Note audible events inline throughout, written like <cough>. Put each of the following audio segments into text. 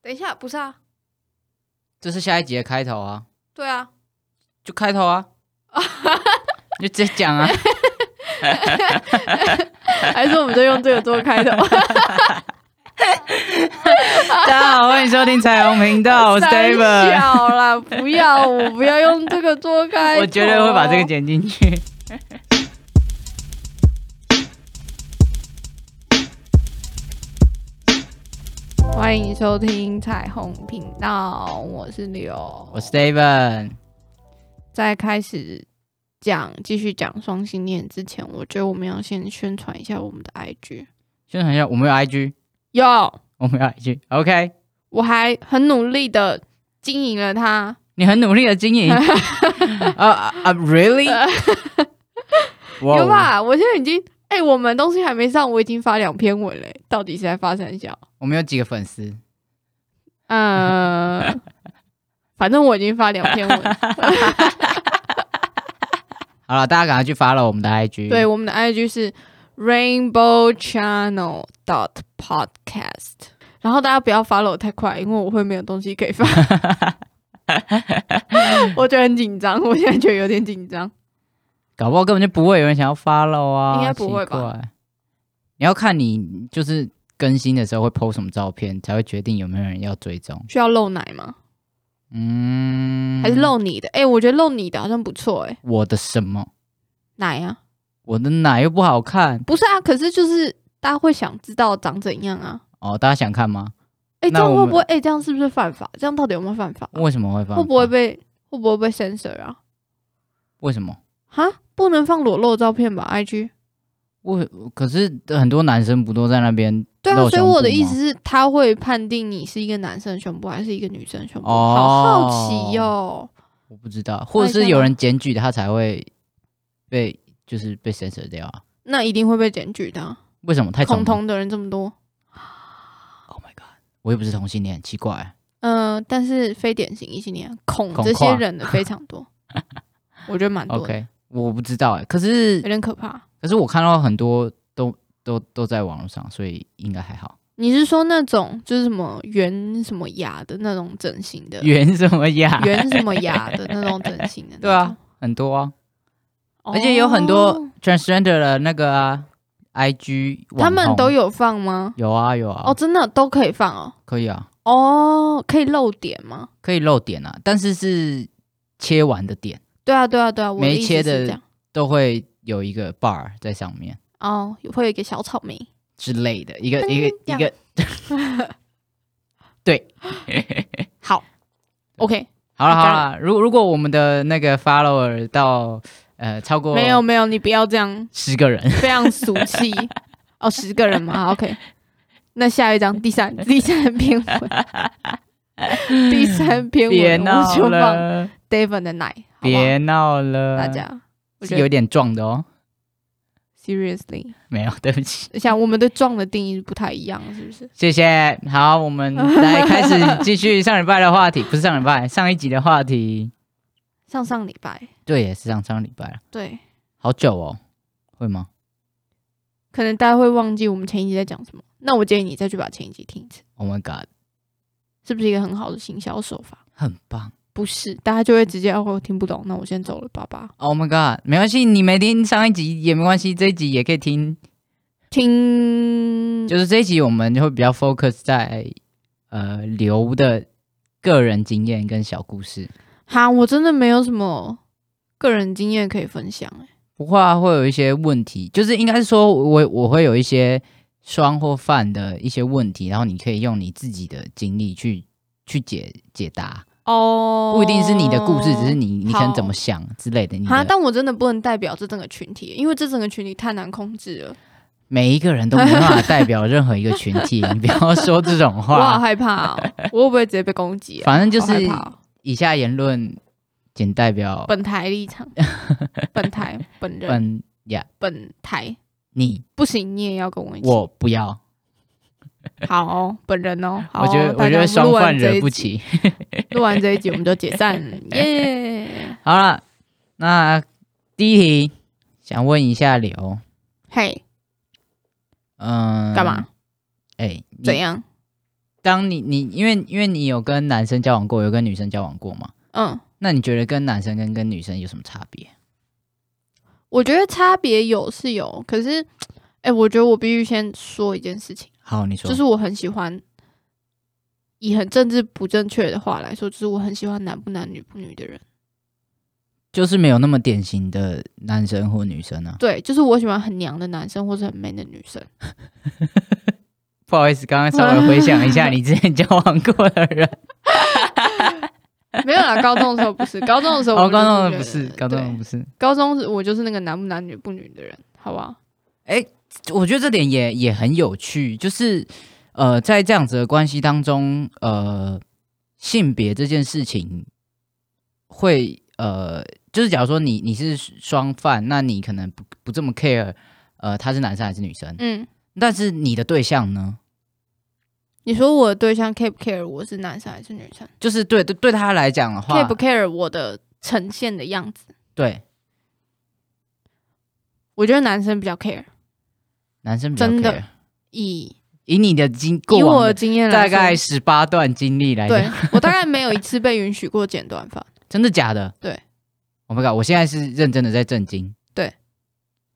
等一下，不是啊，这是下一集的开头啊，对啊，就开头 <laughs> 啊，你就直接讲啊，还是我们就用这个做 <laughs> 开头。大家好，欢迎收听彩虹频 <laughs> 道，我是三 David，小啦，不要，我不要用这个做开头。 <laughs> 我绝对会把这个剪进去。欢迎收听彩虹频道，我是刘。 <laughs> 我是 David，在开始讲继续讲双性恋之前，我觉得我们要先宣传一下我们的 IG。宣传一下，我 <laughs> 们有 IG，有，我们有 IG，OK，、我还很努力的经营了它。你很努力的经营 <laughs> 啊啊啊，Really？哇有？吧？我现在已经，哎、我们东西还没上，我已经发两篇文嘞，到底是在发三小？我们有几个粉丝？呃， <laughs> 反正我已经发两篇文。好了，大家赶快去发了我们的 IG。对，，我们的 IG 是 Rainbow Channel dot podcast。然后大家不要 follow 太快，因为我会没有东西可以 <laughs> 发。我觉得很紧张，我现在觉得有点紧张。搞不好根本就不会有人想要 follow 啊，应该不会吧奇怪？你要看你就是更新的时候会 po 什么照片，才会决定有没有人要追踪。需要露奶吗？嗯，还是露你的？哎、我觉得露你的好像不错哎、我的什么？奶啊，我的奶又不好看不是啊，可是就是大家会想知道长怎样啊。哦，大家想看吗？哎、这那样我会们不会？哎、这样是不是犯法？这样到底有没有犯法？为什么会放？会不会？被会不会被 censor 啊？为什么？哈，不能放裸露照片吧？IG 为可是很多男生不都在那边对啊，露所以胸我的部意吗思是，他会判定你是一个男生的胸部还是一个女生的胸部。哦好好奇哟、我不知道，或者那是你有干嘛人检举他才会被就是被 censor 掉啊？那一定会被检举的啊、为什么？太恐冲动同的人这么多， ！Oh my god！我又不是同性恋，奇怪、嗯、但是非典型异性恋恐恐这些跨人的非常多，我觉得蛮多的 OK，我不知道哎、可是有点可怕。可是我看到很多都都都在网络上，所以应该还好。 <laughs> 你是说那种就是什么圆什么牙的那种整形的，圆什么呀？圆什么牙的那种整形的那种？对啊，很多啊，哦，而且有很多 transgender 的那个啊，IG 他们都有有放吗？有啊有啊，哦，真的都可以放哦。可以啊，哦，可以露点吗？可以露点啊，但是是切完的点对啊，对啊，对啊，我的没意思切是的这样。都会有一个 bar 在上面哦，会有一个小草莓。之类的，一个噔一个这样一个，对，好，OK，好了好好的了，如如果我们的那个 follower 到呃超过没有没有，你不要这样，十个人，非常俗 <laughs> 气。哦，十个人嘛好，OK。那下一张第三第三篇文，第三篇 <laughs> 别文我闹就放了， David 的奶，好不好？别闹了，大家，我是觉有得点壮的哦。 seriously，没有，对不起，像我们对壮的定义不太一样，是不是？谢谢。好，我们来开始继续上礼拜的话题，不是上礼拜，上一集的话题。上上礼拜，对，也是上上礼拜了，对，好久哦，会吗？可能大家会忘记我们前一集在讲什么。那我建议你再去把前一集听一次， Oh my god，是不是一个很好的行销手法？很棒。不是，大家就会直接哦，我听不懂，那我先走了，爸爸。 Oh my god，没关系，你没听上一集也没关系，这一集也可以听。听，就是这一集我们会比较 focus 在呃刘的个人经验跟小故事。哈，我真的没有什么个人经验可以分享、欸。不会啊，会有一些问题，就是应该是说我我会有一些双或泛的一些问题，然后你可以用你自己的经历去去解解答，哦不一定是你的故事，只是你你好想怎么想之类的。你哈，的但我真的不能代表这整个群体，因为这整个群体太难控制 <laughs> 了，每一个人都没办法代表任何一个群 <laughs> 体，你不要说这种我好话。害怕、哦，我会不会直接被攻击、啊？反正就好害是怕哦以下言论仅代表本台立 <laughs> 场，本台本人本呀，本台，你不行你也要跟我一起。我不要，好哦、本人哦，好我哦觉得大我家觉得们双录完泛这惹一不集起。录完这一集我们就解 <laughs> 散，哎耶、好了，那第一题想问一下刘，嘿，嗯，干嘛？哎、你怎样？当你你因为因为你有跟男生交往过，有跟女生交往过嘛？嗯，那你觉得跟男生跟跟女生有什么差别？我觉得差别有是有，可是，哎、我觉得我必须先说一件事情，好，你说，就是我很喜欢，以很政治不正确的话来说，就是我很喜欢男不男女不女的人。就是没有那么典型的男生或女生啊。对，就是我喜欢很娘的男生或是很 man 的女生。 <laughs> 不好意思，刚刚稍微回想一下你之前交往过的 <laughs> 人，没有啦，高中的时候不是，高中的时候我哦，就是高中觉的得不是，高对高中的不是。中是我就是那个男不男女不女的人，好吧？我觉得这点也也很有趣，就是呃，在这样子的关系当中，呃，性别这件事情会呃，就是假如说你你是双犯，那你可能不不这么 care，呃，他是男生还是女生，嗯，但是你的对象呢，你说我的对象 care 不 care 我是男生还是女生就是对对对他来讲的话？care 不 care 我的呈现的样子？对我觉得男生比较 care。男生比较 care 真的以以你的经过以我往的的经验来大说，概十八段经历来对讲， <laughs> 我大概没有一次被允许过剪短发。真的假的？对，Oh my god！我现在是认真的在震惊。对，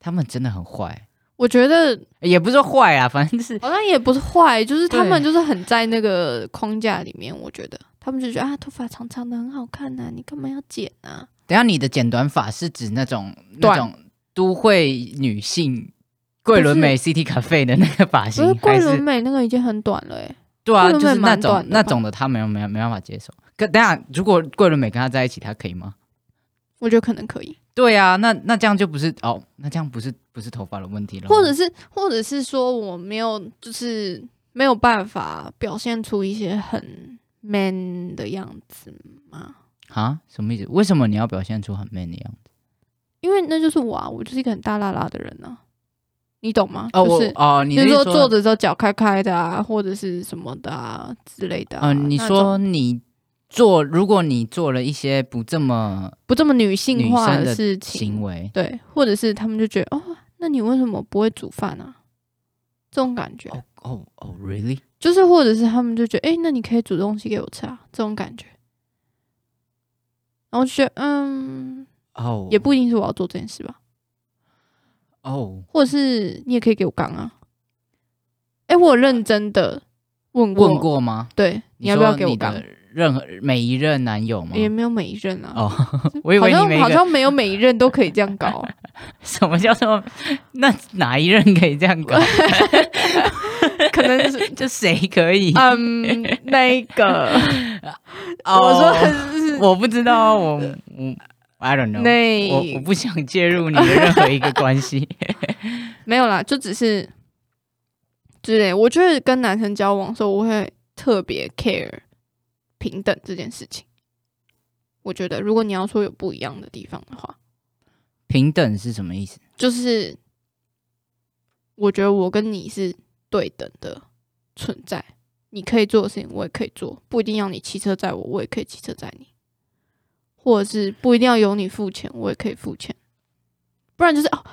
他们真的很坏，我觉得也不是说坏啊，反正就是好像也不是坏，就是他对们就是很在那个框架里面。我觉得他们就觉得啊，头发长长的很好看呐、你干嘛要剪啊？等一下你的剪短发是指那种那短种都会女性桂纶镁 CT 咖啡的那个发不是型，桂还纶是镁那个已经很短了欸诶、对啊，桂纶就镁是那蛮短种的吧那种的，他没有没有没办法接受。可等一下如果桂纶镁跟他在一起，他可以吗？我觉得可能可以，对啊，那那这样就不是哦，那这样不是不是头发的问题了，或者是或者是说我没有就是没有办法表现出一些很 man 的样子嘛，啊什么意思？为什么你要表现出很 man 的样子？因为那就是我啊，我就是一个很大拉拉的人啊，你懂吗？哦，就是我哦，你比如是说坐着之后脚开开的啊，或者是什么的啊之类的、啊。嗯，你那说种你做，如果你做了一些不这么不这么女性女化生的事行情，为，对，或者是他们就觉得哦，那你为什么不会煮饭啊？这种感觉，哦哦哦，really？就是或者是他们就觉得，哎、那你可以煮东西给我吃啊，这种感觉。然后就觉得，嗯，哦，也不一定是我要做这件事吧，哦，或者是你也可以给我杠啊。哎、我有认真的问过，问过吗？对，你要不说要给我你杠？的任何每一任男友吗？也没有每一任啊，哦，我以好为你每像一好个像没有每一任都可以这样搞， <laughs> 啊什么叫做那哪一任可以这样搞？ <laughs> 可能是就谁可以？嗯那个，哦我说的是我不知道，我我 I don't know，我我那不想介入你的任何一个关系。 <laughs> 没有啦，就只是之类。我觉得跟男生交往的时候，我会特别 care 平等这件事情。我觉得如果你要说有不一样的地方的话，平等是什么意思？就是我觉得我跟你是对等的存在。你可以做的事情，我也可以做，不一定要你骑车载我，我也可以骑车载你，或者是不一定要由你付钱，我也可以付钱。不然就是哦，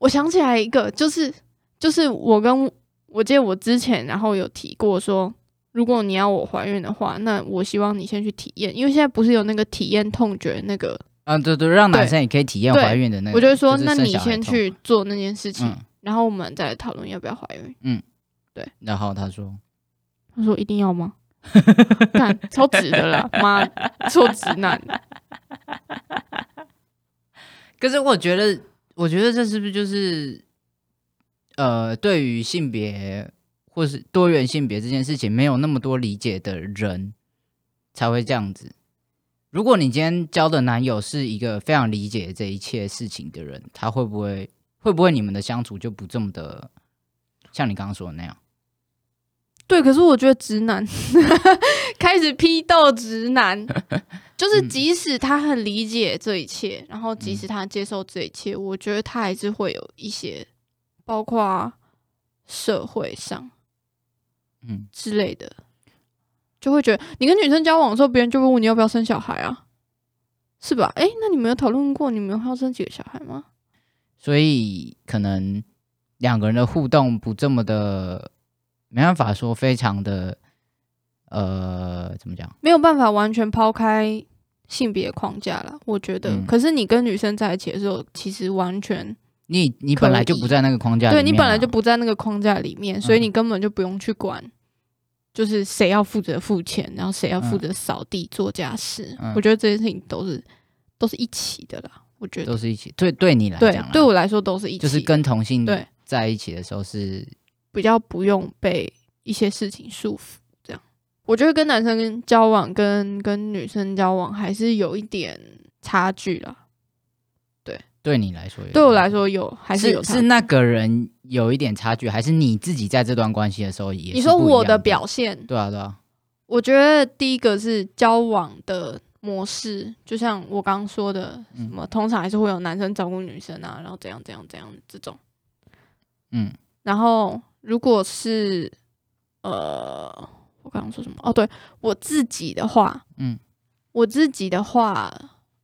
我想起来一个，就是就是我跟我记得我之前然后有提过说，如果你要我怀孕的话，那我希望你先去体验，因为现在不是有那个体验痛觉那个嗯，对对，让男对生也可以体验对怀孕的那个。我就会说，是那生你小孩先痛。去做那件事情，嗯然后我们再来讨论要不要怀孕。然后他说他说一定要 <laughs> 吗？干，超直的啦，妈，超直男。：“可是我觉得，我觉得这是不是就是，呃，对于性别或是多元性别这件事情没有那么多理解的人才会这样子。如果你今天交的男友是一个非常理解这一切事情的人，他会不会会不会你们的相处就不这么的像你刚刚说的那样？对，可是我觉得直男 <laughs> 开始批斗直 <laughs> 男，就是即使他很理解这一切，然后即使他接受这一切，我觉得他还是会有一些，包括社会上嗯，之类的，就会觉得你跟女生交往的时候，别人就会问你要不要生小孩啊，是吧？诶，那你们有讨论过你们要生几个小孩吗？所以可能两个人的互动不这么的，没办法说非常的呃，怎么讲？没有办法完全抛开性别框架啦，我觉得。嗯可是你跟女生在一起的时候，其实完全你你可本来就不以在那个框架里对面啊、你本来就不在那个框架里面，所以嗯你根本就不用去管，就是谁要负责付钱，然后谁要负责扫地、做家事。嗯我觉得这件事情都是都是一起的啦。我觉得都是一起。对，对你来对讲啦，对我来说都是一起，就是跟同性对在一起的时候是比较不用被一些事情束缚。这样，我觉得跟男生交往跟跟女生交往还是有一点差距啦。对你来说有，对我来说有还是有是差是那个人有一点差距，还是你自己在这段关系的时候也是你说不一我样的的表现，对啊对啊，我觉得第一个是交往的模式，就像我刚刚说的，嗯什么、通常还是会有男生照顾女生啊，然后怎样怎样怎样这种。嗯然后如果是呃，我刚刚说什么？哦，对我自己的话，嗯我自己的话，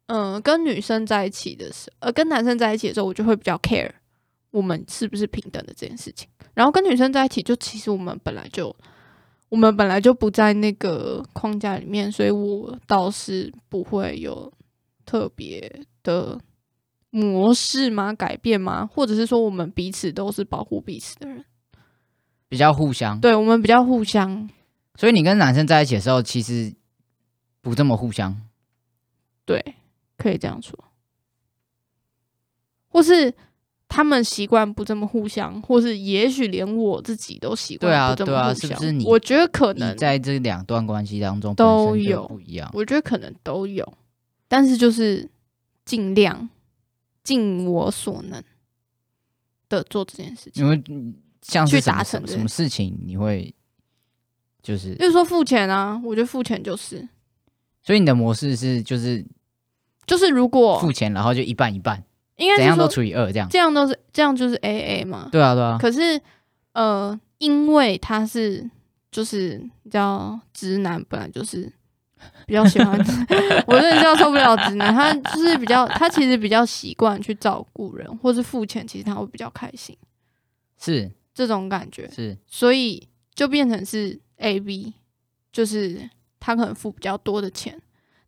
嗯、跟女生在一起的时呃，跟男生在一起的时候，我就会比较 care 我们是不是平等的这件事情。然后跟女生在一起，就其实我们本来就，我们本来就不在那个框架里面，所以我倒是不会有特别的模式吗？改变吗？或者是说我们彼此都是保护彼此的人？比较互相。对，我们比较互相，所以你跟男生在一起的时候，其实不这么互相。对，可以这样说，或是他们习惯不这么互相，或是也许连我自己都习对惯啊不这对么啊互是相。不是你我觉得可你能，在这两段关系当中都本身就有不一样，我觉得可能都有，但是就是尽量尽我所能的做这件事情因。为像是去什么达什成么这什么事情，你会就是，就是说付钱啊，我觉得付钱就是所以你的模式是就是就是如果付钱，然后就一半一半，应该怎是样都说除以二这样。这样都是这样就是 A A 嘛。对啊对啊，可是呃，因为他是就是你知道，直男本来就是比较喜欢， <laughs> 我真的叫受不了直男，他就是比较他其实比较习惯去照顾人，或是付钱，其实他会比较开心是这种感觉，是，所以就变成是 A B，就是他可能付比较多的钱，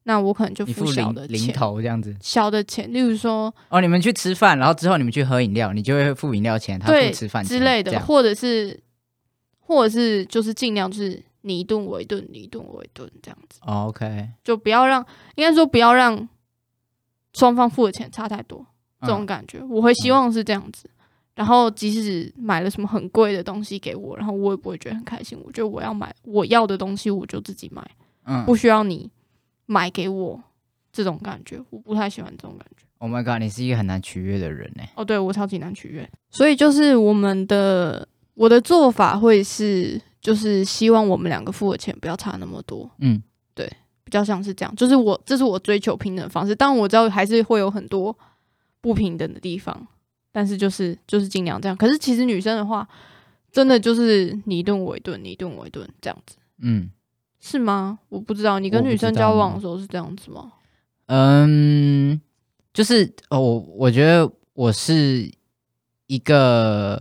那我可能就你付小零的零钱。头这样子。小的钱，例如说哦，你们去吃饭，然后之后你们去喝饮料，你就会付饮料钱，他对付吃饭钱之类的，这样或者是或者是就是尽量就是你一顿我一顿，你一顿我一顿这样子，哦 OK，就不要让应该说不要让双方付的钱差太多，这种嗯感觉、我会希望是这样子。然后即使买了什么很贵的东西给我，然后我也不会觉得很开心。我觉得我要买我要的东西，我就自己买，嗯不需要你买给我。这种感觉，我不太喜欢这种感觉。 ，Oh my God，你是一个很难取悦的人呢。哦，对我超级难取悦，所以就是我们的我的做法会是，就是希望我们两个付的钱不要差那么多，嗯，比较像是这样，就是我这是我追求平等的方式，但我知道还是会有很多不平等的地方，但是就是就是尽量这样。可是其实女生的话，真的就是你一顿我一顿，你一顿我一顿这样子，嗯是吗？我不知道你跟我不女知生道交呢往的时候是这样子吗？嗯，就是哦，我我觉得我是一个。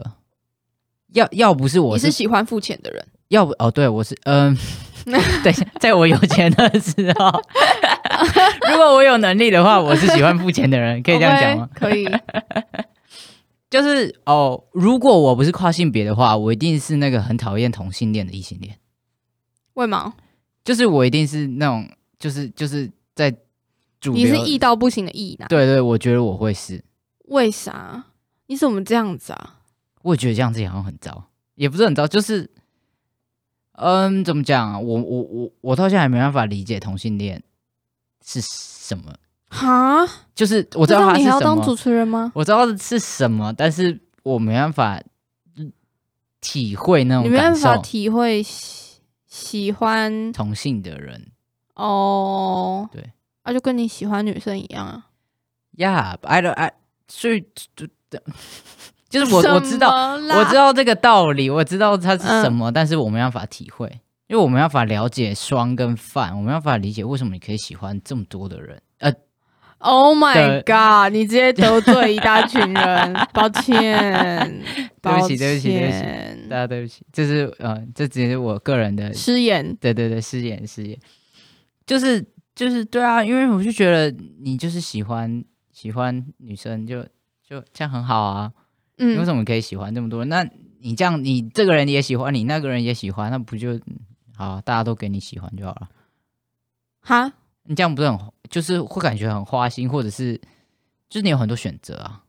要要不是我你是是喜欢付钱的人，要不哦，对我是 <laughs> 嗯，对，在我有钱的时候， <laughs> 如果我有能力的话，我是喜欢付钱的人，可以这样讲吗？ OK，可 <laughs> 以，就是哦，如果我不是跨性别的话，我一定是那个很讨厌同性恋的异性恋，为毛？就是我一定是那种，就是就是在主你流，是异到不行的异男。对对，我觉得我会是，为啥？你怎么这样子啊？我也觉得这样自己好像很糟，也不是很糟，就是嗯，怎么讲啊？我我我我到现在还没办法理解同性恋是什么，哈，就是我我知道它是你还要什当么主。持人吗？我知道是什么，但是我没办法嗯体会那你种没感办法受。体会喜喜欢同性的人哦，对，那、就跟你喜欢女生一样啊。 ，Yeah，I don't I，所以就 <laughs> 就是我我知道什么啦，嗯我知道这个道理，我知道它是什么，但是我没办法体会，因为我没办法了解双跟泛，我没办法理解为什么你可以喜欢这么多的人，呃， Oh my 的 god！你直接得罪一大群 <laughs> 人，抱歉，对抱不起对不起对不起歉大家对不起，这是呃，这只是我个人的失言，对对对，失言失言，就是就是对啊，因为我就觉得你就是喜欢喜欢女生就，就这样很好啊。你为嗯，什么可以喜欢这么多人？那你这样，你这个人也喜欢，你那个人也喜欢，那不就嗯好啊？大家都给你喜欢就好了。哈，你这样不是很就是会感觉很花心，或者是就是你有很多选择啊，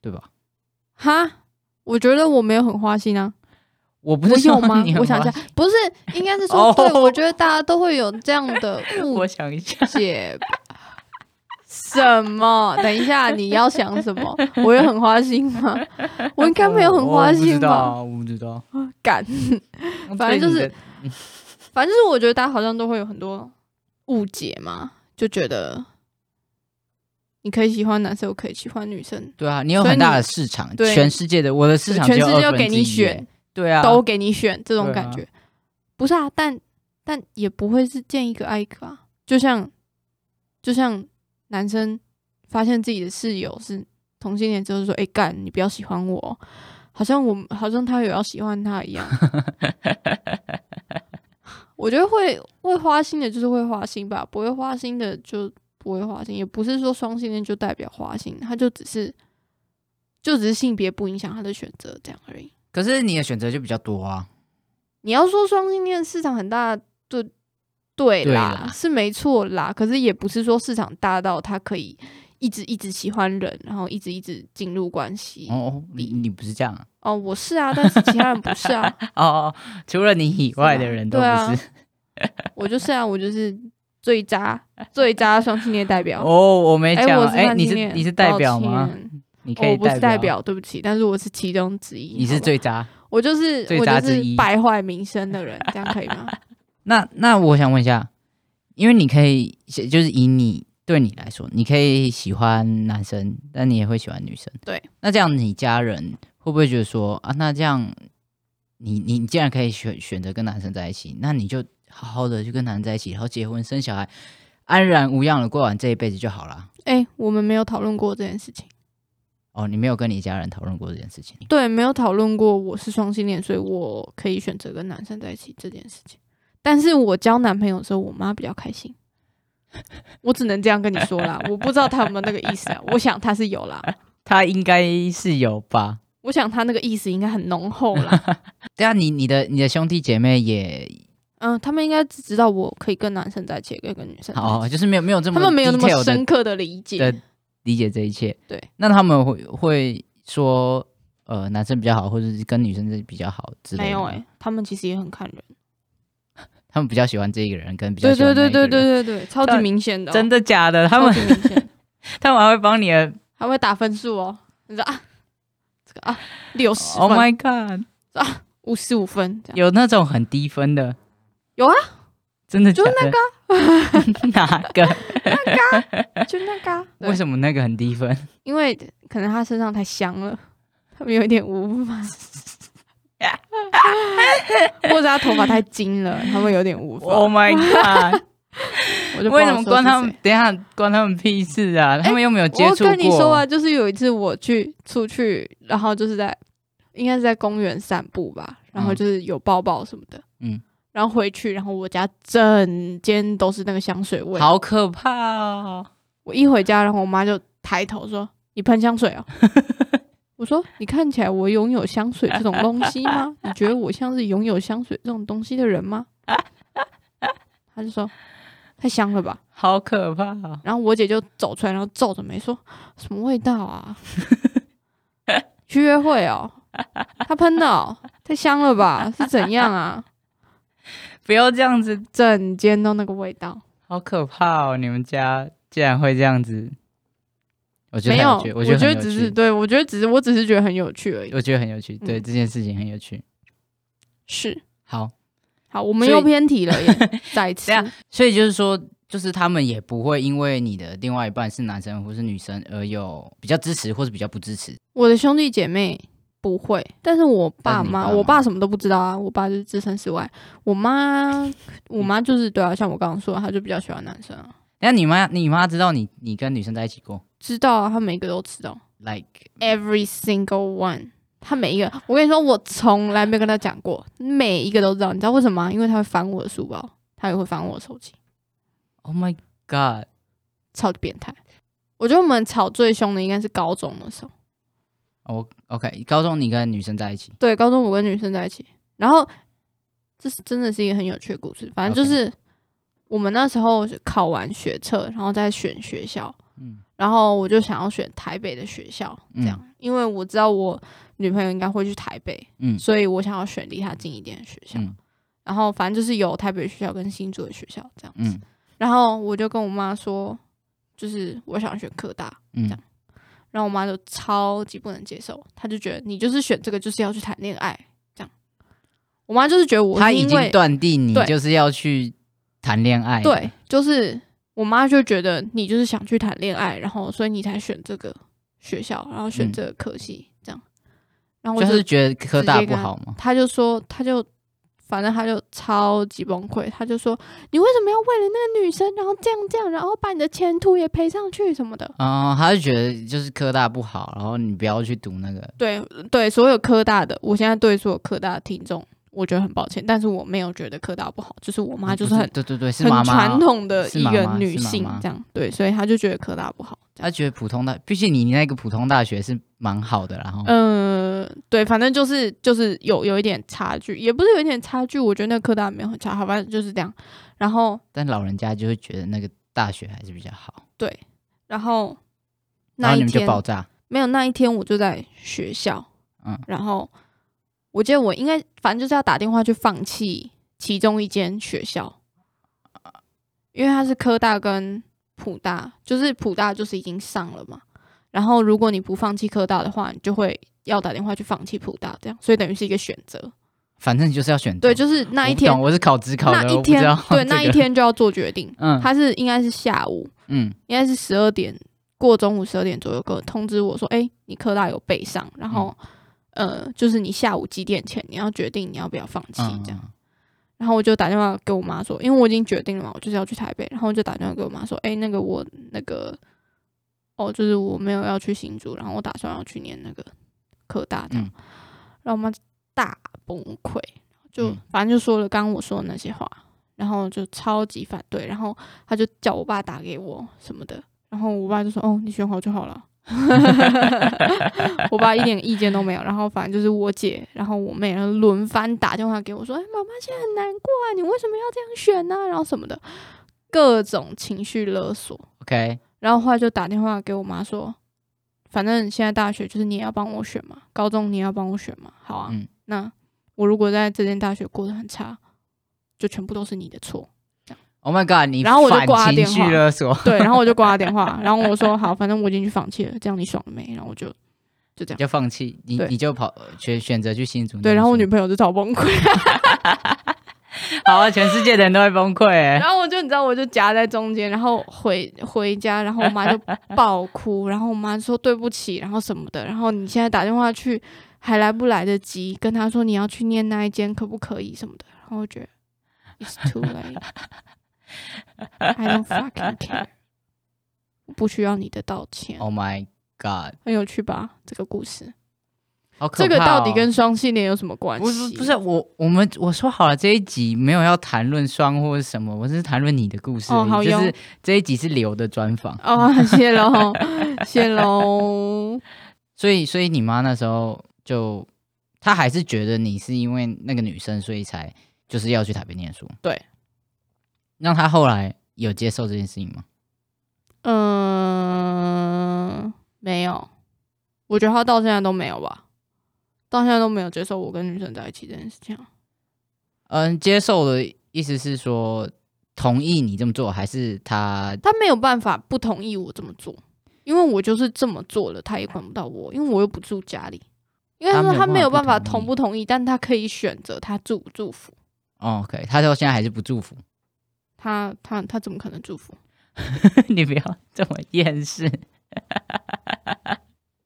对吧？哈，我觉得我没有很花心啊，我不是我有说吗你？很我想一花下，不是，应该是说哦，对我觉得大家都会有这样的心，误我想一下，解吧。什 <laughs> 么？等一下，你要想什么？我有很花心 <laughs> 吗？我应该没有很花心吧？我不知道啊，我敢，不知道。反正就是哦所以你的反正就是我觉得大家好像都会有很多误解嘛，就觉得你可以喜欢男生，我可以喜欢女生，对啊，你有所以很大你的市场，对全世界的我的市场全世界就都给你选，，对啊，都给你选，这种对啊感觉。不是啊，但但也不会是见一个爱一个啊，就像就像男生发现自己的室友是同性恋之后，就说：“哎、干，你不要喜欢我哦。”好像我好像他有要喜欢他 <laughs> 一样。我觉得会会花心的，就是会花心吧；不会花心的就不会花心，也不是说双性恋就代表花心，他就只是就只是性别不影响他的选择这样而已。可是你的选择就比较多啊，你要说双性恋市场很大，就对对啦，啦是没错啦。可是也不是说市场大到他可以一直一直喜欢人，然后一直一直进入关系。哦哦，你你不是这样啊我是啊，但是其他人不是啊，哦，哦除了你以外的人都不对啊是。我就是啊，我就是最渣最渣双性恋代表。哦，我没哎、讲我啊，是哎，双你性是恋，你是代表吗抱？歉你哦可以我不是代表，表，对不起，但是我是其中之一。你好是吧最渣。我就是最我渣就之是一败坏名声的人，这样可以 <laughs> 吗？那那我想问一下，因为你可以就是以你对你来说，你可以喜欢男生，但你也会喜欢女生。对，那这样你家人会不会觉得说啊，那这样你你你既然可以选选择跟男生在一起，那你就好好的就跟男生在一起，然后结婚生小孩，安然无恙的过完这一辈子就好啦。哎、我们没有讨论过这件事情。哦，你没有跟你家人讨论过这件事情。对，没有讨论过我是双性恋，所以我可以选择跟男生在一起这件事情。但是我交男朋友的时候，我妈比较开心。 <laughs> 我只能这样跟你说啦，我不知道她有没有那个意思啊。我想她是有啦，他应该是有吧？我想她那个意思应该很浓厚啦。 <laughs> 对啊，你你的你的兄弟姐妹也嗯，他们应该只知道我可以跟男生在一起，也可以跟女生在一起哦，就是没有没有这嗯么他们没有那么 detail 的深刻的理解。的理解这一切。对，那他们会会说，呃，男生比较好，或者是跟女生是比较好之类的。没有哎、，他们其实也很看人。他们比较喜欢这一个人，跟比较对喜欢对对对那一个对人对对，超级但明显的哦、真的假的？他超 <laughs> 们级明显。他们还会帮你的还会打分数哦。你说啊，这个啊，六十，Oh 分， my god，五十五分这样。有那种很低分的，有啊，真的假就的是？ <laughs> 哪个？就那个、啊，为么？什么那个很低分？因为可能他身上太香了， <laughs> 他们有一点无法。 <laughs> 或者他头发太金了，他们有点无法。 ？Oh my god！ <laughs> 我就不知道为什么关他说们是谁？？等一下关他们屁事啊！他们又没有接我触过。跟你说啊，就是有一次我去出去，然后就是在应该是在公园散步吧，然后嗯就是有抱抱什么的，嗯，然后回去，然后我家整间都是那个香水味，好可怕哦！我一回家，然后我妈就抬头说：“你喷香 <laughs> 水哦。”我说：“你看起来我拥有香水这种东西 <laughs> 吗？你觉得我像是拥有香水这种东西的人吗？”她就说：“太香了吧好可怕、哦！”！然后我姐就走出来，然后皱着眉说：“什么味道 <laughs> 啊？去约会哦？她喷的哦，太香了吧？是怎样啊？不要这样子，整间都那个味道。”好可怕哦！你们家竟然会这样子，我觉得没很有有，趣，我觉得很有只是趣对我觉得只是我只是觉得很有趣而已。我觉得很有趣，对、嗯这件事情很有趣。是，好，好，我们所以啊又偏题了 <laughs> 耶，再次等一所以就是说，就是他们也不会因为你的另外一半是男生或是女生而有比较支持或是比较不支持。我的兄弟姐妹不会，但是我爸但是你妈，爸妈我爸什么都不知道啊，我爸就是置身事外。我妈，我妈就是对啊，像我刚刚说的，她就比较喜欢男生啊。那你妈你妈知道你你跟女生在一起过知道啊，他每个都知道？Like ，every single one，他每一个，我跟你说，我从来没有跟他讲过，每一个都知道，你知道为什么吗？因为他会翻我的书包，他也会翻我的手机， Oh my God，超级变态。我觉得我们吵最凶的应该是高中的时候，我哦 OK，高中你跟女生在一起，对，高中我跟女生在一起，然后这是真的是一个很有趣的故事，反正就是我们那时候是考完学测，然后再选学校，嗯然后我就想要选台北的学校，这样，因为我知道我女朋友应该会去台北，嗯所以我想要选离她近一点的学校。嗯然后反正就是有台北的学校跟新竹的学校这样子。嗯然后我就跟我妈说，就是我想选科大，嗯这样然后我妈就超级不能接受，她就觉得你就是选这个就是要去谈恋爱这样。我妈就是觉得我他是已因经为断定你对就是要去谈恋爱，对，就是我妈就觉得你就是想去谈恋爱，然后所以你才选这个学校，然后选嗯这个科系、这样。然后就我他就是觉得科直大接不跟他好吗？他就说，他就反正他就超级崩溃，他就说你为什么要为了那个女生，然后这样这样，然后把你的前途也赔上去什么的？哦，他就觉得就是科大不好，然后你不要去读那个，对对，所有科大的，我现在对所有科大的听众，我觉得很抱歉，但是我没有觉得科大不好，就是我妈啊就不是很对对对，是妈很妈传统的是一妈个妈女是妈性妈啊这样，对，所以她就觉得科大不好。这样他觉得普通大，毕竟你那个普通大学是蛮好的啦，然后嗯，对，反正就是就是有有一点差距，也不是有一点差距，我觉得那科大没有很差，好，反正就是这样。然后但老人家就会觉得那个大学还是比较好，对，然后那然后一你们就天爆炸，没有那一天我就在学校，嗯然后我记得我应该反正就是要打电话去放弃其中一间学校，因为它是科大跟普大，就是普大就是已经上了嘛，然后如果你不放弃科大的话，你就会要打电话去放弃普大，这样，所以等于是一个选择。反正你就是要选择。对，就是那一哦我不天懂，，我是考职考的，那一我不知天道，对，这那一个，天就要做决定。 <laughs> 嗯他是应该是下午，嗯应该是十二点过中午十二点左右，跟我通知我说，哎、你科大有备上，然后、呃，就是你下午几点前你要决定你要不要放弃嗯这样。嗯然后我就打电话给我妈说，因为我已经决定了嘛，我就是要去台北，然后我就打电话给我妈说，哎、那个我那个哦，就是我没有要去新竹，然后我打算要去念那个科大这样。嗯然后我妈大崩溃，就、嗯反正就说了刚刚我说的那些话，然后就超级反对，然后她就叫我爸打给我什么的，然后我爸就说哦，你选好就好了。 <laughs> 我爸一点意见都没有，然后反正就是我姐，然后我妹，然后轮番打电话给我说：“哎，妈妈现在很难过啊，你为什么要这样选呢、然后什么的，各种情绪勒索。 ，OK，然后后来就打电话给我妈说，反正现在大学就是你也要帮我选嘛，高中你也要帮我选嘛，好啊。嗯那我如果在这间大学过得很差，就全部都是你的错。 Oh my god！你然后我就反挂情电绪话勒索， <laughs> 对，然后我就挂了电话， <laughs> 然后我说好，反正我已经去放弃了，这样你爽了没？然后我就就这样。就放弃你，对你就跑选选择去新竹念书。对，然后我女朋友就超崩溃，好啊，全世界的人都会崩溃欸。然后我就你知道，我就夹在中间，然后回回家，然后我妈就爆哭，然后我妈说对不起，然后什么的，然后你现在打电话去还来不来得及跟她说你要去念那一间可不可以什么的，然后我觉得 it's too late, I don't fucking care，我不需要你的道歉， Oh my god！很有趣吧？这个故事，好可怕、这个哦。到底跟双性恋有什么关系？不是不是 <laughs> 我我们我说好了这一集没有要谈论双或是什么，我只是谈论你的故事而已。哦好就哟是这一集是刘的专访，哦，谢喽，谢喽。所以所以你妈那时候就她还是觉得你是因为那个女生，所以才就是要去台北念书。对。那她后来有接受这件事情吗？嗯，没有，我觉得他到现在都没有吧，到现在都没有接受我跟女生在一起这件事情啊。嗯，接受的意思是说同意你这么做，还是他他没有办法不同意我这么做，因为我就是这么做了，他也管不到我，因为我又不住家里。应该说他他没没有有办办法法不同同意不同意，但他可以选择他祝不祝福。哦？OK，他到现在还是不祝福，他他他怎么可能祝福？ <laughs> 你不要这么厌世。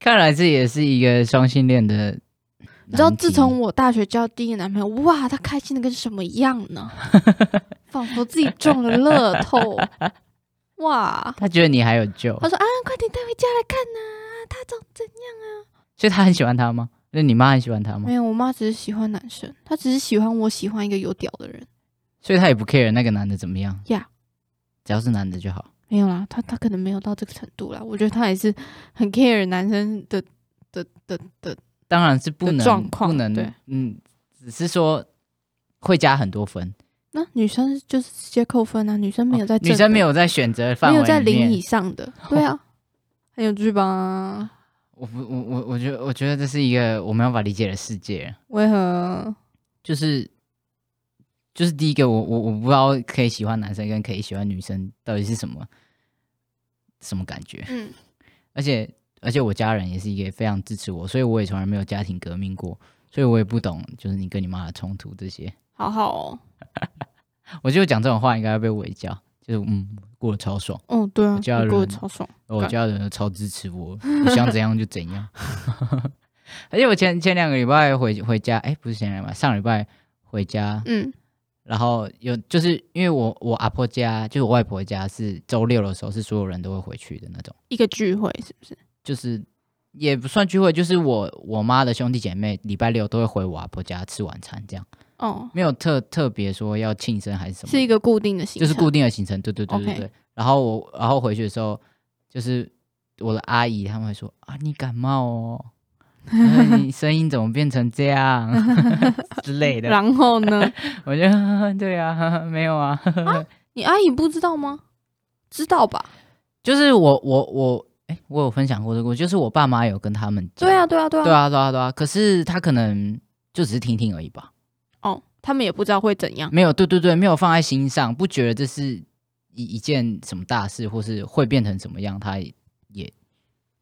看来这也是一个双性恋的。你知道，自从我大学交第一个男朋友，哇，他开 <laughs> 心的跟什么一样呢？仿佛自己中了乐透，哇，他觉得你还有救，他说啊，快点带回家来看呐、啊他长怎样？所以他很喜欢他吗？那你妈很喜欢他吗没？有，我妈只是喜欢男生，她只是喜欢我喜欢一个有屌的人。所以他也不 care 那个男的怎么样，呀只要是男的就好。没有啦，她她可能没有到这个程度啦。我觉得她还是很 care 男生的的的的，当然是不的能状况不能对嗯，只是说会加很多分，那女生就是直接扣分啊，女生没有在、哦女生没有在选择范没围，哦有在零以。上的，对啊，很有趣吧？我不我我我觉得我觉得这是一个我没办法理解的世界，为何？就是就是第一个我我我不知道可以喜欢男生跟可以喜欢女生到底是什么什么感觉，嗯，而且而且我家人也是一个非常支持我，所以我也从来没有家庭革命过，所以我也不懂就是你跟你妈的冲突这些。好好哦，我就讲这种话应该要被围剿，就是嗯过得超爽，哦，对啊，我家你过得人超爽，我干家人都超支持我，我想怎样就怎样。 <laughs> 而且我前前两个礼拜回回家，哎、不是前两个礼拜，上礼拜回家，嗯然后有就是因为我我阿婆家就是我外婆家是周六的时候是所有人都会回去的那种，一个聚会是不是？就是也不算聚会，就是我我妈的兄弟姐妹礼拜六都会回我阿婆家吃晚餐，这样哦，没有特特别说要庆生还是什么的，是一个固定的行就程，是固定的行程，对对对对 OK 对。然后我然后回去的时候，就是我的阿姨他们会说啊，你感冒 <laughs> 哦，哎你声音怎么变成这样 <laughs> 之类的。然后呢，我就 <laughs> 呵呵对啊 <laughs> 呵呵，没有啊，呵呵你阿姨不知道吗？知道吧？就是我我我哎、我有分享过这个，就是我爸妈有跟他们讲对啊，对啊，对啊，对啊对啊对啊，可是他可能就只是听听而已吧，哦，他们也不知道会怎样。没有对对对，没有放在心上，不觉得这是一一件什么大事，或是会变成什么样，他也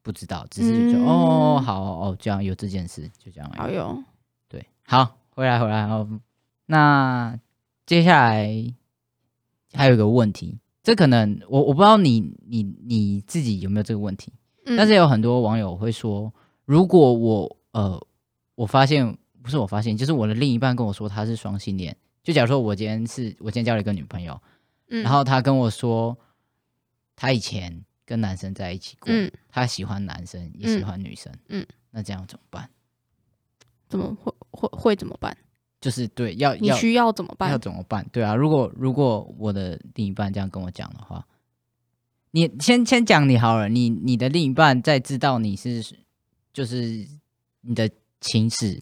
不知道，只是就、嗯哦好哦这样有这件事，就这样而哎已。呦，对，好，回来回来哦。那接下来还有一个问题，这可能我我不知道你你你自己有没有这个问题，嗯但是有很多网友会说，如果我呃，我发现不是我发现，就是我的另一半跟我说他是双性恋。就假如说我今天是我今天交了一个女朋友，嗯然后她跟我说，她以前跟男生在一起过，嗯，她喜欢男生也喜欢女生，嗯那这样怎么办？怎么会会会怎么办？就是对，要你要需要怎么要办？怎么办？对啊，如果如果我的另一半这样跟我讲的话，你先先讲你好了，你你的另一半在知道你是就是你的情史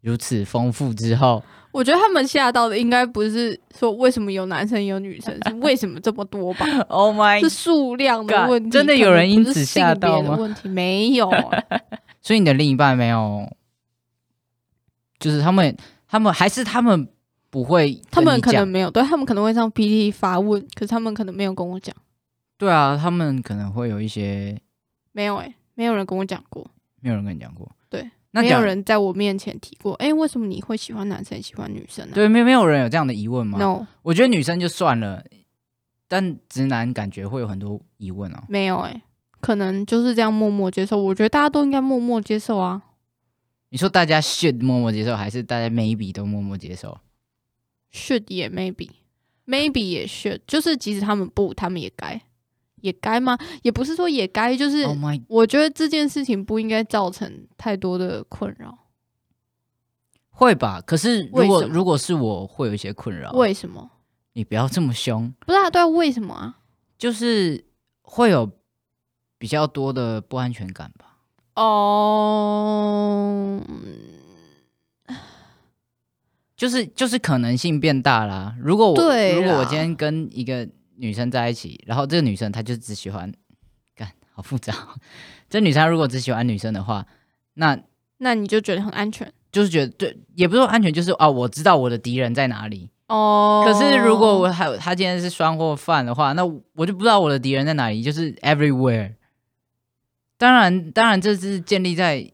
如此丰富之后，我觉得他们吓到的应该不是说为什么有男生有女生，是为什么这么多 <laughs> 吧？ ，Oh 是 my！数量的 God，问题，真的有可能人因不是此吓性别到的吗问题没 <laughs> 有，欸所以你的另一半没有，就是他们他们还是他们不会跟你讲，他们可能没有，对他们可能会上 PPT 发问，可是他们可能没有跟我讲，对啊，他们可能会有一些没有哎、没有人跟我讲过，没有人跟你讲过，对，那没讲有人在我面前提过，哎、为什么你会喜欢男生喜欢女生呢、啊对没有没有人有这样的疑问吗 n o 我觉得女生就算了，但直男感觉会有很多疑问哦。没有哎、可能就是这样默默接受，我觉得大家都应该默默接受啊你说大家 should 默默接受，还是大家 maybe 都默默接受？ ，should 也 maybe。Maybe 也 should，就是即使他们不，他们也该，也该吗？也不是说也该，就是 Oh my，我觉得这件事情不应该造成太多的困扰。会吧？可是如为果什么如果是我，会有一些困扰。啊为什么？你不要这么凶，不是啊，对啊，为什么啊？就是会有比较多的不安全感吧。哦、就是就是可能性变大啦。如果我对啦如果我今天跟一个女生在一起，然后这个女生她就只喜欢，干好复杂。哦这女生如果只喜欢女生的话，那那你就觉得很安全就是觉得对，也不是说安全，就是啊，我知道我的敌人在哪里。哦。可是如果我还有他今天是双货犯的话，那我就不知道我的敌人在哪里，就是 everywhere。当然，当然，这是建立在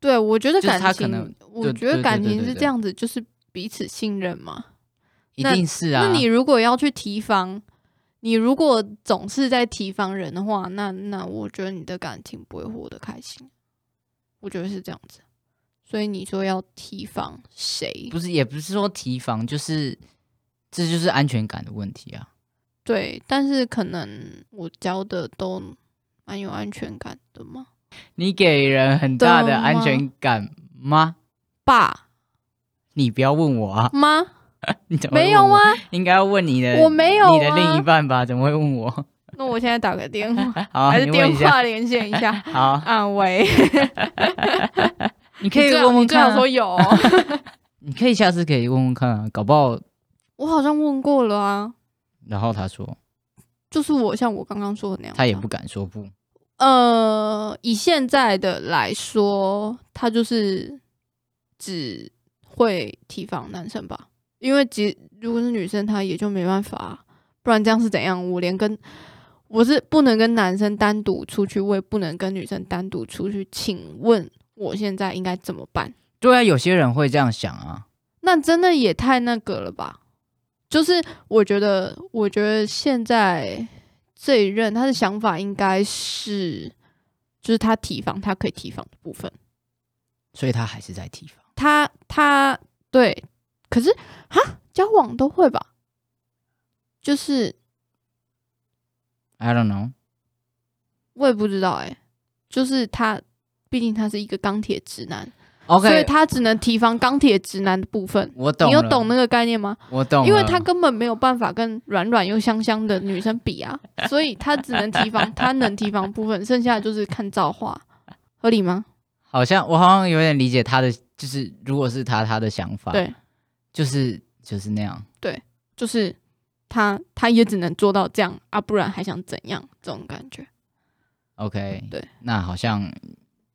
对我觉得就是他感可能情，我对觉得对感对情对是对这样子，就是彼此信任嘛。一那定是啊。那你如果要去提防，你如果总是在提防人的话，那那我觉得你的感情不会活得开心。我觉得是这样子，所以你说要提防谁？不是也不是说提防，就是这就是安全感的问题啊。对，但是可能我教的都蛮有安全感的嘛。你给人很大的安全感吗？爸你不要问我啊， <laughs> 妈你怎么会没有问我？吗？应该要问你的，我没有你的另一啊。半吧？怎么会问我？ <laughs> 那我现在打个电话，好，还是你问电一下。？话连线一下 <laughs> 好，啊喂，你可以你最好问问你最好看、啊说，有 <laughs> 哦、你可以下次可以问问看啊，搞不好我好像问过了啊，然后他说就是我像我刚刚说的那样啊吧，他也不敢说不，呃，以现在的来说，他就是只会提防男生吧，因为即如果是女生，她也就没办法啊，不然这样是怎样？我连跟我是不能跟男生单独出去，我也不能跟女生单独出去，请问我现在应该怎么办？对啊，有些人会这样想啊，那真的也太那个了吧？就是我觉得，我觉得现在这一任他的想法应该是，就是他提防他可以提防的部分，所以他还是在提防。他他对，可是哈交往都会吧？就是 I don't know，我也不知道哎、就是他，毕竟他是一个钢铁直男所以 OK，他只能提防钢铁直男的部分。我懂，你有懂那，个概念吗？我懂了，因为他根本没有办法跟软软又香香的女生比啊，所以他只能提防他能提防部分，剩下就是看造化，合理吗？好像我好像有点理解他的，就是如果是他他的想法，对，就是就是那样。就是他他也只能做到这样啊，不然还想怎样？这种感觉， OK，对，那好像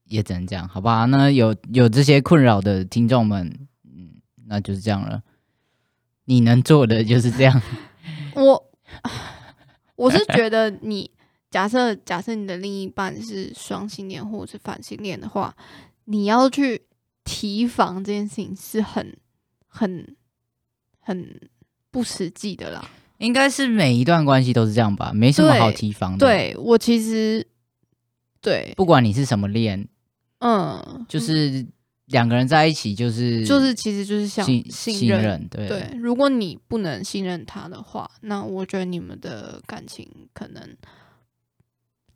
也只能这样，好吧？那有有这些困扰的听众们，嗯，那就是这样了。你能做的就是这 <laughs> 样，我我是觉得你假设假设你的另一半是双性恋或者是反性恋的话，你要去提防这件事情是很很很不实际的啦。应该是每一段关系都是这样吧？没什么对好提防的。，对我其实对，嗯不管你是什么恋，嗯，就是两个人在一起就是就是其实就是像信信任，任。对对，如果你不能信任他的话，那我觉得你们的感情可能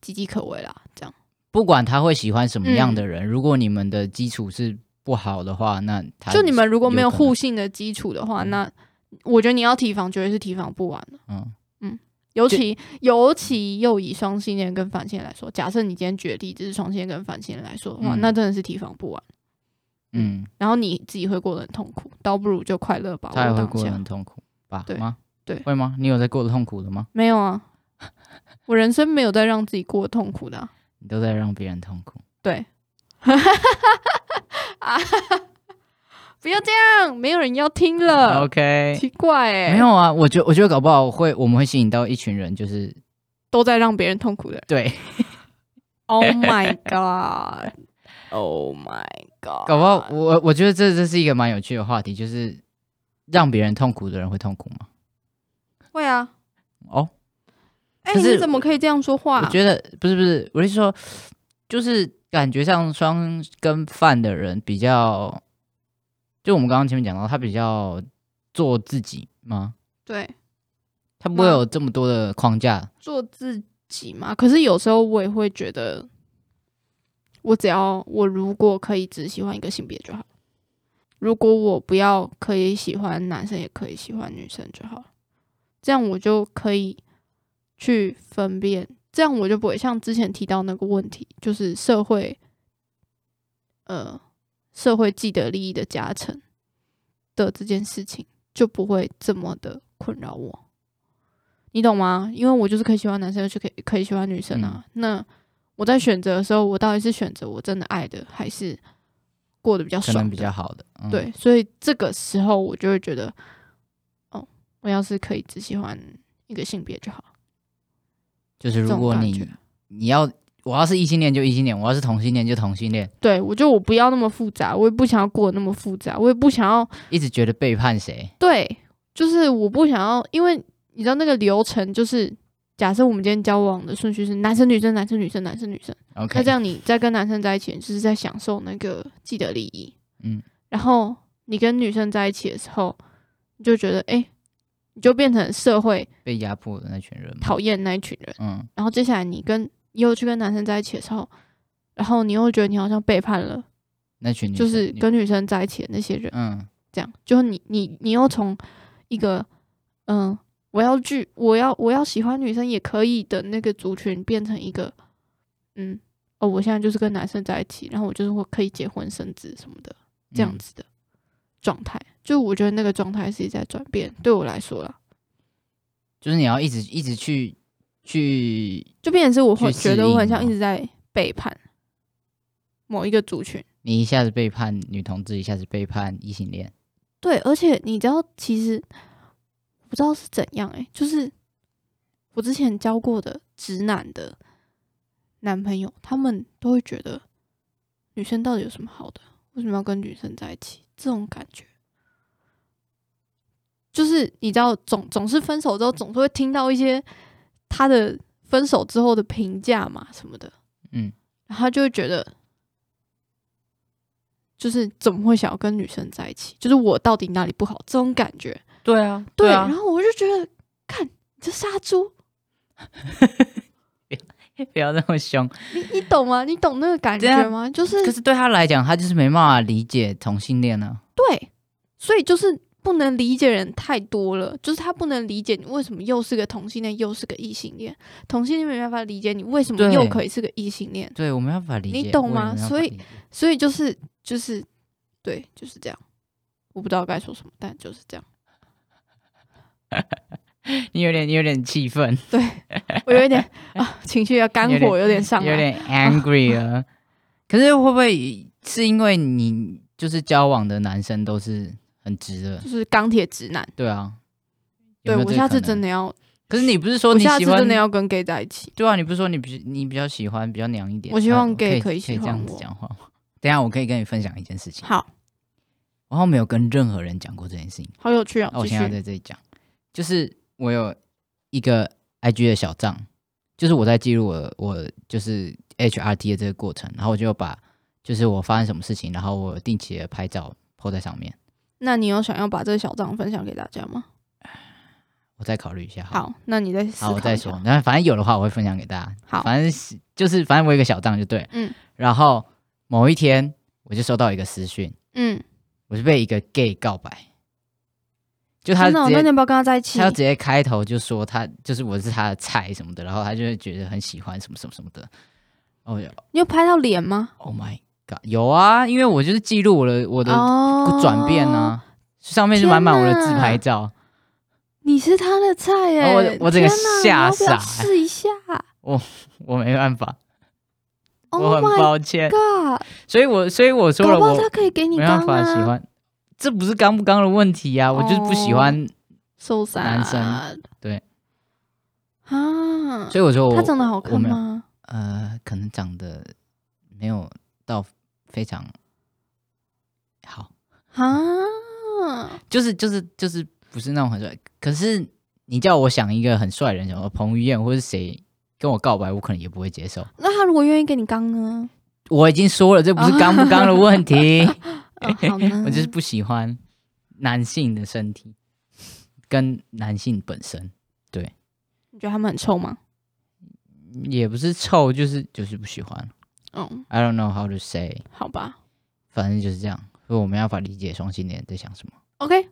岌岌可危啦。这样，不管他会喜欢什么样的人，嗯如果你们的基础是不好的话，那他就你们如果没有可能互信的基础的话，那我觉得你要提防，绝对是提防不完的。嗯，尤其尤其又以双性恋跟反性恋来说，假设你今天举的例子是双性恋跟反性恋来说的话，嗯那真的是提防不完。嗯，然后你自己会过得很痛苦，倒不如就快乐把握他也会当过得下很。痛苦吧？对吗？对会吗？你有在过得痛苦的吗？没有啊，我人生没有在让自己过得痛苦的啊、你都在让别人痛苦。对，啊，不要这样，没有人要听了，啊 OK，奇怪哎、没有啊，我觉我觉得搞不好会我们会吸引到一群人，就是都在让别人痛苦的人。<laughs> <laughs> 对， Oh my god，Oh Oh my god，搞不好我我觉得这这是一个蛮有趣的话题，就是让别人痛苦的人会痛苦吗？会啊，哦，哎、可是你怎么可以这样说话我？觉得不是不是，我是说，就是感觉像双跟饭的人比较，就我们刚刚前面讲到，他比较做自己吗？对，他不会嗯有这么多的框架。做自己嘛。可是有时候我也会觉得，我只要我如果可以只喜欢一个性别就好了，如果我不要可以喜欢男生也可以喜欢女生就好了，这样我就可以去分辨，这样我就不会像之前提到那个问题，就是社会，呃，社会既得利益的加成的这件事情就不会这么的困扰我。你懂吗？因为我就是可以喜欢男生，就可以可以喜欢女生啊。那我在选择的时候，我到底是选择我真的爱的，还是过得比较可爽的能比较好的，嗯、，对，所以这个时候我就会觉得，哦，我要是可以只喜欢一个性别就好。就是这如种果感你觉你要我要是异性恋就异性恋，我要是同性恋就同性恋，对我就我不要那么复杂，我也不想要过得那么复杂，我也不想要一直觉得背叛谁，对，就是我不想要，因为你知道那个流程就是，假设我们今天交往的顺序是男生女生男生女生男生女生， OK，那这样你在跟男生在一起，你就是在享受那个既得利益，嗯，然后你跟女生在一起的时候，你就觉得哎、诶你就变成社会被压迫的那群人嘛。讨厌那一群人。嗯，然后接下来你跟以后去跟男生在一起的时候，然后你又觉得你好像背叛了，那群女就生是女跟女生在一起的那些人，嗯这样就是你你你又从一个嗯，我要去我要我要喜欢女生也可以的那个族群，变成一个嗯哦，我现在就是跟男生在一起，然后我就是会可以结婚生子什么的这样嗯子的状态。就我觉得那个状态是一直在转变，对我来说啦，就是你要一直一直去去，就变成是我会去适觉得我很应像一吗直在背叛某一个族群。你一下子背叛女同志，一下子背叛异性恋，对，而且你知道，其实不知道是怎样哎、就是我之前交过的直男的男朋友，他们都会觉得女生到底有什么好的？为什么要跟女生在一起？这种感觉，就是你知道，总总是分手之后，总是会听到一些他的分手之后的评价嘛什么的，嗯，然后他就会觉得，就是怎么会想要跟女生在一起？就是我到底哪里不好？这种感觉，对啊，对。然后我就觉得，看你这杀猪， <laughs> <laughs> 不要那么凶。你你懂吗？你懂那个感对觉啊吗？就是可是对他来讲，他就是没办法理解同性恋啊。对，所以就是不能理解人太多了，就是他不能理解你为什么又是个同性恋，又是个异性恋，同性恋没办法理解你为什么对又可以是个异性恋，对，我没办法理解，你懂吗我也没办法所以理解所以就是就是对，就是这样。我不知道该说什么，但就是这样。 <laughs> 你有点，你有点气愤，我有一点啊，情绪要肝有点火有点上有来。 <laughs> 点 angry 啊。可是会不会是因为你就是交往的男生都是很直的就？是钢铁直男。对啊，对有没有我这下个次可真能，的要，可是你不是说我你下喜次欢真的要跟 gay 在一起。对啊，你不是说你比你比较喜欢比较娘一点？我希望呃 gay 可可以喜可以这欢样子我讲话吗。等一下我可以跟你分享一件事情，好，然后没有跟任何人讲过这件事情，好有趣哦那。我继现在续。在这里讲，就是我有一个 IG 的小账，就是我在记录我我就是 HRT 的这个过程，然后我就把就是我发生什么事情，然后我定期的拍照 po 在上面，那你有想要把这个小账分享给大家吗？我再考虑一下好了。好，那你再思好，考我一再下说。。那反正有的话，我会分享给大家。好反正是就是反正我有一个小账就对了。嗯然后某一天我就收到一个私讯，嗯，我就被一个 gay 告白，就他真的，直我那接天不要跟他在一起他。就直接开头就说他就是我是他的菜什么的，然后他就会觉得很喜欢什么什么什么的。然后我就你有拍到脸吗？ Oh my God，有啊，因为我就是记录我的我的哦，转变呢、啊。上面就天满满我的哪自拍照，你是他的菜耶！哦我我整个天哪你吓要不要傻试一下我没办法，我，Oh 很 my 抱歉， god！所以我所以我说搞了不我好他可以给你没当办法喜啊。欢，这不是刚不刚的问题啊，我就是不喜欢，受伤。男生对啊，所以我说我他长得好看我没有吗？呃，可能长得没有到非常好，啊，就是就是就是不是那种很帅，可是你叫我想一个很帅的人，什么彭于晏或是谁跟我告白，我可能也不会接受。那他如果愿意跟你刚啊呢？我已经说了，这不是刚不刚的问题，，哦、好呢 <laughs> 我就是不喜欢男性的身体跟男性本身。你觉得他们很臭吗？也不是臭，就是就是不喜欢。嗯， I don't know how to say，好吧反正就是这样。所以我没办法理解双性恋在想什么。 ，OK，,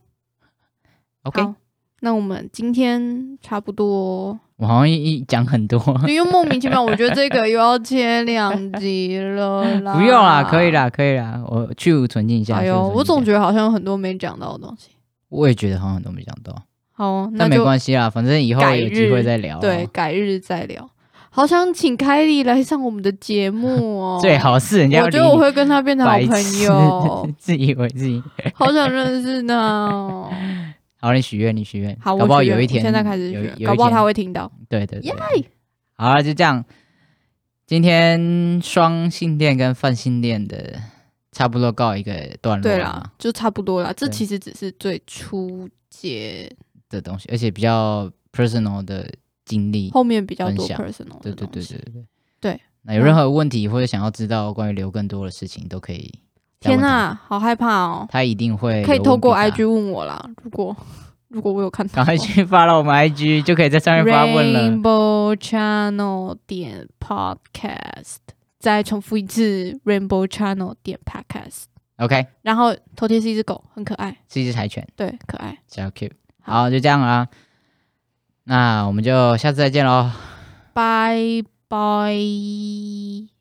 OK，好，那我们今天差不多，我好像一一讲很多，不因为莫名其妙，我觉得这个又要切两集了 <laughs> 啦。用啦，可以。啦，可以啦，我去无存进一下。哎呦，我总得觉得好像有很多没讲到的东西。我也觉得好像很多没讲到，好，那但没就关系啦，啊反正以后改有机会日再聊。。对，，改日再聊。好想请凯莉来上我们的节目哦 <laughs> 最好是人家我觉得我会跟她变成好白朋痴友， <laughs> 自以为自己。 <laughs> 好想认识呢哦。好，你许愿，你许愿，好，搞不我好许愿有一我天，现在开始有有学，一搞不好天他会听到。对对对，耶好啊了，就这样。今天双性恋跟泛性恋的差不多告一个段落对了啦嘛，就差不多啦。这嗯对其实只是最初阶，的东西，而且比较 personal 的经历。后面比较多分享 personal 对的对东对西对。对对。对那有任何问题或者想要知道关于刘更多的事情，都可以。天哪，哪，好害怕哦！他一定会可以有问啊透过必答 IG 问我啦，如果如果我有看到 <laughs> 赶快去发了我们 IG，就可以在上面发问了。 Rainbow Channel 点 Podcast，再重复一次 Rainbow Channel 点 Podcast。 OK，然后头贴是一只狗，很可爱，是一只柴犬，对，可爱。小 Q。好好，就这样啦。那我们就下次再见喽。拜拜。